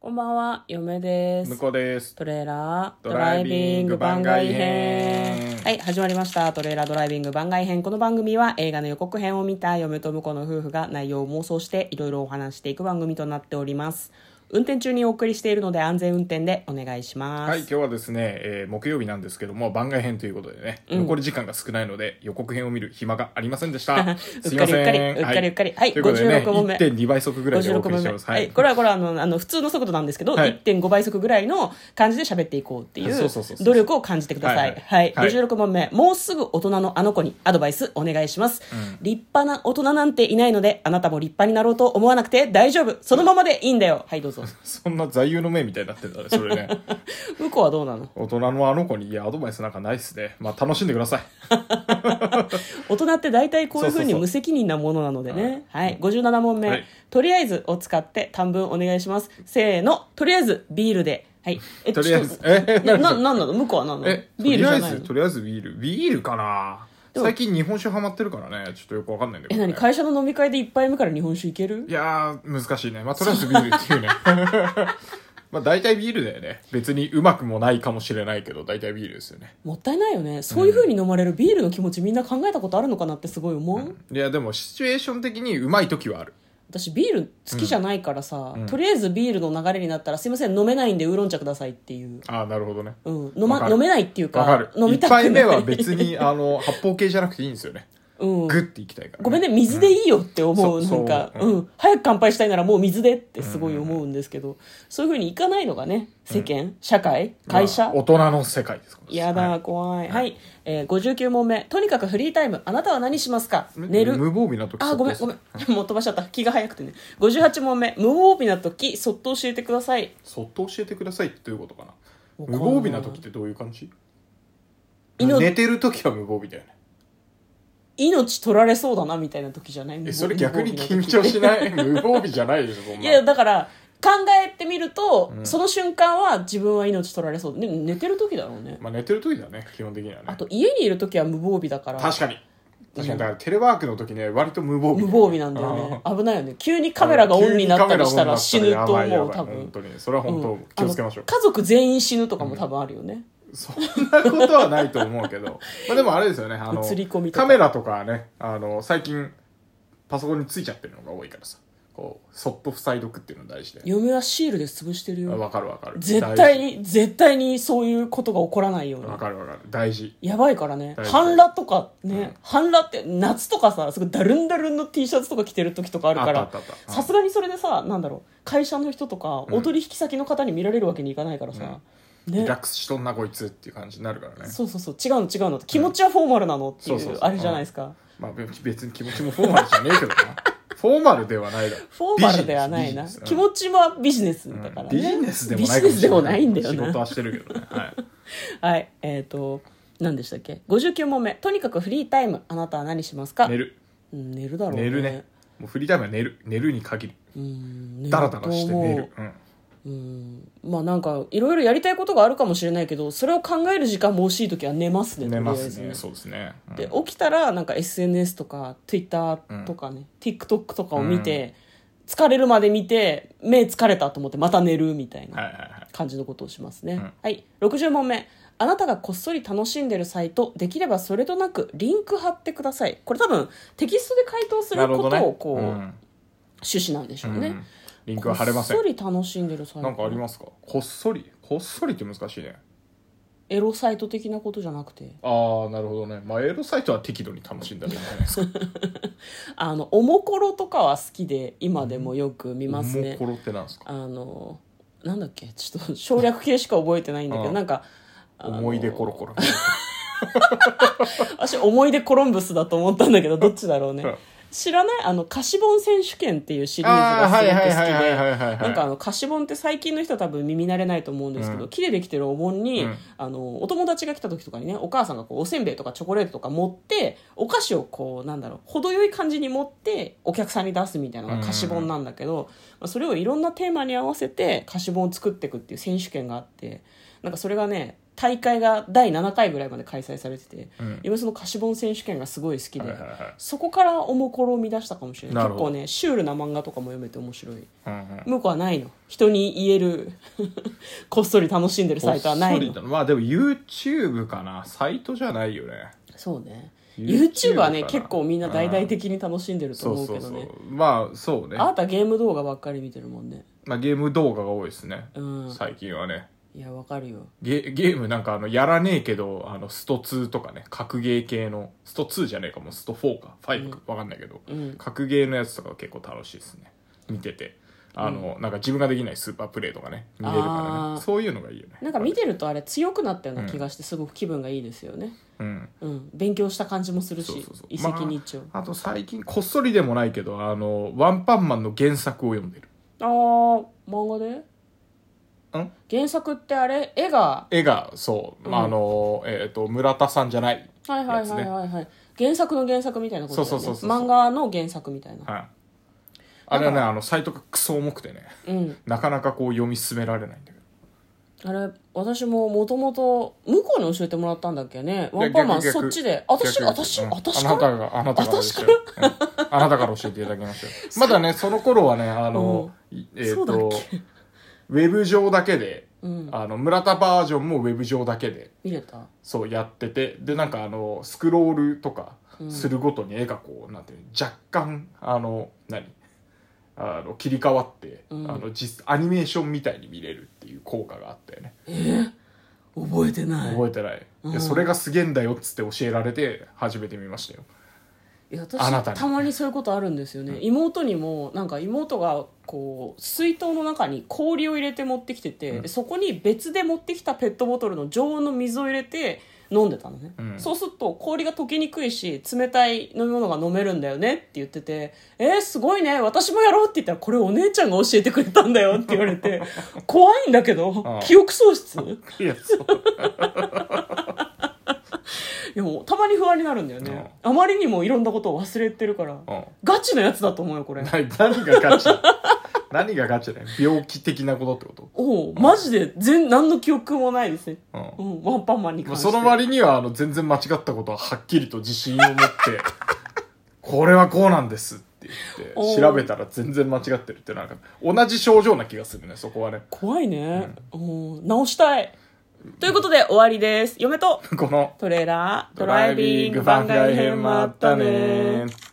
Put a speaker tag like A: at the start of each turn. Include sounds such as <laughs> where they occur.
A: こんばんは、嫁です
B: 向。こうです。
A: トレーラード
B: ド
A: ラ
B: ラ
A: イ
B: イ
A: ビ
B: ビ
A: ン
B: ン
A: グ
B: グ
A: 番
B: 番
A: 外
B: 外
A: 編
B: 編。
A: はい、始まりました。トレーラードライビング番外編。この番組は映画の予告編を見た嫁と婿の夫婦が内容を妄想していろいろお話していく番組となっております。運転中にお送りしているので安全運転でお願いします。
B: はい、今日はですね、えー木曜日なんですけども、番外編ということでね、残り時間が少ないので、予告編を見る暇がありません
A: <laughs>
B: でした。すいません。
A: うっかりうっかりうっかりはい
B: ということでね、
A: 56本目
B: 1.2倍速ぐらいでお
A: 56
B: 送り
A: 分
B: して
A: 目、
B: ます。
A: はい、これはこれはあのあの普通の速度なんですけど、
B: はい
A: 1.5倍速ぐらいの感じで喋っていこうってい
B: そうそうそう
A: う
B: そう
A: 努力を感じてください、は
B: はいいはいはい
A: 56問目もうすぐ大人のあの子にアドバイスお願いします、立派な大人なんていないのであなたも立派になろうと思わなくて大丈夫そのままでいいんだよはいどう
B: <laughs>
A: ぞ
B: そんな座右の銘みたいになってんだね、それね。
A: <laughs> 向こうはどうなの
B: 大人のあの子に、いや、アドバイスなんかないっすね。まあ、楽しんでください。
A: 大人って大体こういうふう
B: そうそう
A: に
B: そう
A: 無責任なものなのでねはい57問目、
B: はい
A: とりあえずを使って短文お願いしますせーのとりあえずビールではいえ
B: とりあえ
A: ちょ
B: ず
A: っ、
B: え、
A: な、な
B: 何
A: んなの向こうは何なの
B: え、
A: ビールじゃない
B: とりあえ
A: の
B: ず、とりあえずビール。ビールかな
A: でも
B: 最近日本酒ハマってるからね、ちょっとよくわかんないんだけ
A: え、
B: ど、
A: 何
B: ね。
A: 会社の飲み会で一杯目から日本酒いける
B: いやー、難しいね。まあ、とりあえずビールっていう
A: <laughs>
B: ね。まあ、大体ビールだよね。別にうまくもないかもしれないけど、大体ビールですよね。
A: もったいないよね。そういう風に飲まれるビールの気持ちみんな考えたことあるのかなってすごい思う、
B: いや、でも、シチュエーション的にうまい時はある。
A: 私ビール好きじゃないからさ、とりあえずビールの流れになったらすいません飲めないんでウーロン茶くださいっていう。
B: ああ、なるほどね。
A: うん、飲ま
B: わかる
A: 飲めないっていうか
B: わかる。
A: 飲みた
B: 一
A: くない
B: 杯目は別に、あの、 <laughs> 発泡系じゃなくていいんですよね。
A: <laughs> うん、
B: グッていきたいから、
A: ごめんね。水でいいよって思う、
B: うん
A: な
B: そ
A: んか
B: そう
A: う、ん早く乾杯したいならもう水でってすごい思うんですけど、そういう風にいかないのがね世間、社会会社、
B: まあ大人の世界ですから。
A: やだ、
B: はい
A: 怖い。はい、えー、59問目。とにかくフリータイム。あなたは何しますか寝る。
B: 無防備な時
A: あ、ごめん、ごめん。 <laughs> もう飛ばしちゃった。気が早くてね。58問目。無防備な時、そっと教えてください。
B: そっと教えてくださいってどういうことかな。
A: わかんな
B: 無
A: い
B: 防備な時ってどういう感じ
A: 命
B: 寝てる時は無防備だよね。
A: 命取られそうだな、みたいな時じゃない
B: え、それ逆に緊張し
A: い。
B: ない <laughs> 無防備じゃないでしょ、そんなの
A: いや、だから、考えてみると、その瞬間は自分は命取られそう。でも寝てる時だろうね。
B: まあ寝てる時だね、基本的にはね
A: あ。と、家にいる時は無防備だから。
B: 確かに。確かに、だからテレワークの時ね、割と無防備。
A: 無防備なんだよね。危ないよね。急にカメラがオンになったりしたら死ぬと
B: やばい
A: 思
B: や
A: う、
B: ばい
A: 多
B: 本
A: 分。
B: 当に。それは本当、気をつけましょう
A: あ。の家族全員死ぬとかも多分あるよね、
B: そんなことはないと思うけ
A: <laughs>
B: ど。まあでもあれですよね、あの
A: 映り込み、とか
B: カメラとかはね、あの、最近、パソコンについちゃってるのが多いからさ、こう、そっと塞いどくっていうの大事で。
A: 嫁はシールで潰してるよ
B: わかるわかる。
A: 絶対
B: 大
A: に絶対にそういうことが起こらないよう
B: 事。わ
A: に
B: かるわかる。大事。
A: やばいからね
B: 大事
A: 半裸とかね、半裸って夏とかさすごいだるんだるんの T シャツとか着てる時とかあるか
B: あ
A: ら
B: ったあったあった
A: さすがにそれでさなんだろう会社の人とかお取引先の方に見られるわけにいかないからさ、
B: リラッ
A: ね
B: クスしとんなこいつっていう感じになるからね。
A: そうそうそう違うの違うの気持ちはフォーマルなのってい
B: そうそう
A: う
B: そう
A: あれじゃないですか、
B: まあ別別に気持ちもフォーマルじゃねえ
A: <laughs>
B: けどな。フォーマルではないだろ。
A: フォーマルではないな
B: ビジネス
A: 気持ちはビジネスだからね、
B: ビジネスでも
A: ビ
B: な
A: ジ
B: いか
A: ネ
B: も
A: ス
B: し
A: で
B: れ
A: もないんだよ
B: 仕
A: な
B: 事はしてるけどね。はい。
A: はい、えっ、と、何でしたっけ ?59 問目。とにかくフリータイム。あなたは何しますか
B: 寝。る。
A: うん寝るだろうね。
B: 寝るね。もうフリータイムは寝る。寝るに限る。
A: うん。寝
B: ダラダラして寝る
A: と。
B: うん。
A: 思う。うん。まあなんか、いろいろやりたいことがあるかもしれないけど、それを考える時間も惜しい時は寝ますね。
B: 寝ま
A: と
B: す
A: りあえ
B: ね。
A: ず
B: そうですね。うん
A: で、起きたら、なんか SNS とか、Twitter とかね、TikTok とかを見て、疲れるまで見て、目疲れたと思ってまた寝るみたいな。
B: はいはいはい。
A: 感じのことをしますね、
B: ん
A: はい60問目あなたがこっそり楽しんでるサイトできればそれとなくリンク貼ってくださいこれ多分テキストで回答することをこう、
B: うん
A: 趣旨なんでしょうね、
B: うんリンクは貼れません
A: こっそり楽しんでるサイト
B: なんかありますかこっそりこっそりって難しいね
A: エロサイト的なことじゃなくて
B: ああなるほどねまあエロサイトは適度に楽しんだらいいんじゃないですか
A: あのおもころとかは好きで今でもよく見ますね、
B: もうころってなんですか
A: あのなんだっけちょっと省略形しか覚えてないんだけど、
B: うん
A: なんかあの
B: 思い出コロコロ
A: 私思い出コロンブスだと思ったんだけどどっちだろうね
B: うん
A: 知らないあの貸し本選手権っていうシリーズ
B: あ
A: が
B: ー
A: すご
B: は
A: く
B: い
A: 好き
B: はい
A: で
B: はいはいはいはい
A: なんかあの貸し本って最近の人は多分耳慣れないと思うんですけど、
B: うん
A: 木でできてるお盆に、
B: うん
A: あのお友達が来た時とかにねお母さんがこうおせんべいとかチョコレートとか持ってお菓子をこうなんだろう程よい感じに持ってお客さんに出すみたいなのが貸し本なんだけど、まあ、それをいろんなテーマに合わせて貸し本を作っていくっていう選手権があってなんかそれがね大会が第7回ぐらいまで開催されてて、
B: うん
A: 今その貸し本選手権がすごい好きで、
B: はいはいはい
A: そこからおもころを見出したかもしれない
B: なるほ
A: 結
B: ど
A: 構ねシュールな漫画とかも読めて面白い
B: うんうん
A: 向こうはないの人に言える <laughs> こっそり楽しんでるサイトはない
B: こっそ
A: の
B: りだまあでも YouTube かなサイトじゃないよね
A: そうね
B: YouTube
A: YouTube はね
B: かな
A: 結構みんな大々的に楽しんでると
B: そう
A: 思う
B: そ
A: け
B: うそ
A: ど
B: う、
A: ね
B: まあそうね
A: あなたゲーム動画ばっかり見てるもんね
B: まあ、ゲーム動画が多いですね、
A: うん
B: 最近はね
A: いやわかるよ
B: ゲゲームなんかあのやらねえけどあのスト2とかね格ゲー系のスト2じゃねえかもうスト4か5か、わかんないけど、
A: うん
B: 格ゲーのやつとかは結構楽しいですね見ててあの、なんか自分ができないスーパープレイとかね見れるから
A: あー
B: ねそういうのがいいよね
A: なんか見てるとあれ強くなったような気がしてすごく気分がいいですよね、
B: うん
A: うん、勉強した感じもするし
B: そうそうそう
A: 一石二鳥、
B: まあ、あと最近こっそりでもないけどあのワンパンマンの原作を読んでる
A: あー漫画で
B: ん
A: 原作ってあれ絵が
B: 絵がそう、まあ、あの、えっ、と村田さんじゃない
A: はいはいはいはいはい、原作の原作みたいなことだよ
B: そう
A: ね
B: そうそうそう
A: 漫画の原作みたいな、
B: はいあれはねあのサイトがクソ重くてね
A: うん
B: なかなかこう読み進められないんだけど
A: あれ私ももともと向こうに教えてもらったんだっけね
B: い
A: ワ
B: や
A: ンパンマン
B: 逆
A: そっちで私
B: 逆
A: 私
B: うん
A: 私か
B: あなた
A: ら
B: があなたからですようんあなたから教えていただきま
A: <laughs>
B: したよまだねその頃はねあの、いえっ、
A: そうだっ
B: とウェブ上だけで、
A: うん
B: あの村田バージョンもウェブ上だけで
A: 見れた
B: そうやっててでなんかあのスクロールとかするごとに絵がこうなんていうの若干あの何あの切り替わって、
A: ん
B: あの実アニメーションみたいに見れるっていう効果があったよね
A: 覚えてない
B: 覚えてない、
A: うん
B: いやそれがすげえんだよっつって教えられて初めて見ましたよ
A: いや私
B: あなたに
A: たまにそういうことあるんですよね、妹にもなんか妹がこう水筒の中に氷を入れて持ってきてて、
B: うん
A: でそこに別で持ってきたペットボトルの常温の水を入れて飲んでたのね、
B: うん
A: そうすると氷が溶けにくいし冷たい飲み物が飲めるんだよねって言ってて「えー、すごいね私もやろう」って言ったら「これお姉ちゃんが教えてくれたんだよ」って言われ
B: <laughs>
A: て怖いんだけど
B: ああ
A: 記憶喪失
B: いやそう
A: いやもうたまに不安になるんだよね、あまりにもいろんなことを忘れてるから、
B: うん
A: ガチのやつだと思うよこれ
B: な何がガチだ何がガチだよ病気的なことってこ
A: おおマジで全何の記憶もないですね、
B: と、うん
A: うん、ワンパンマンに
B: ま
A: 関
B: あ、
A: して
B: その割にはあの全然間違ったことははっきりと自信を持って
A: <laughs>
B: これはこうなんですって言
A: お
B: っ
A: ー
B: て調べたら全然間違ってるってなんか同じ症状な気がするねそこはね
A: 怖いね、うん、直したいということで終わりです嫁と
B: この
A: トレーラード
B: ドライビング番外編もあったねー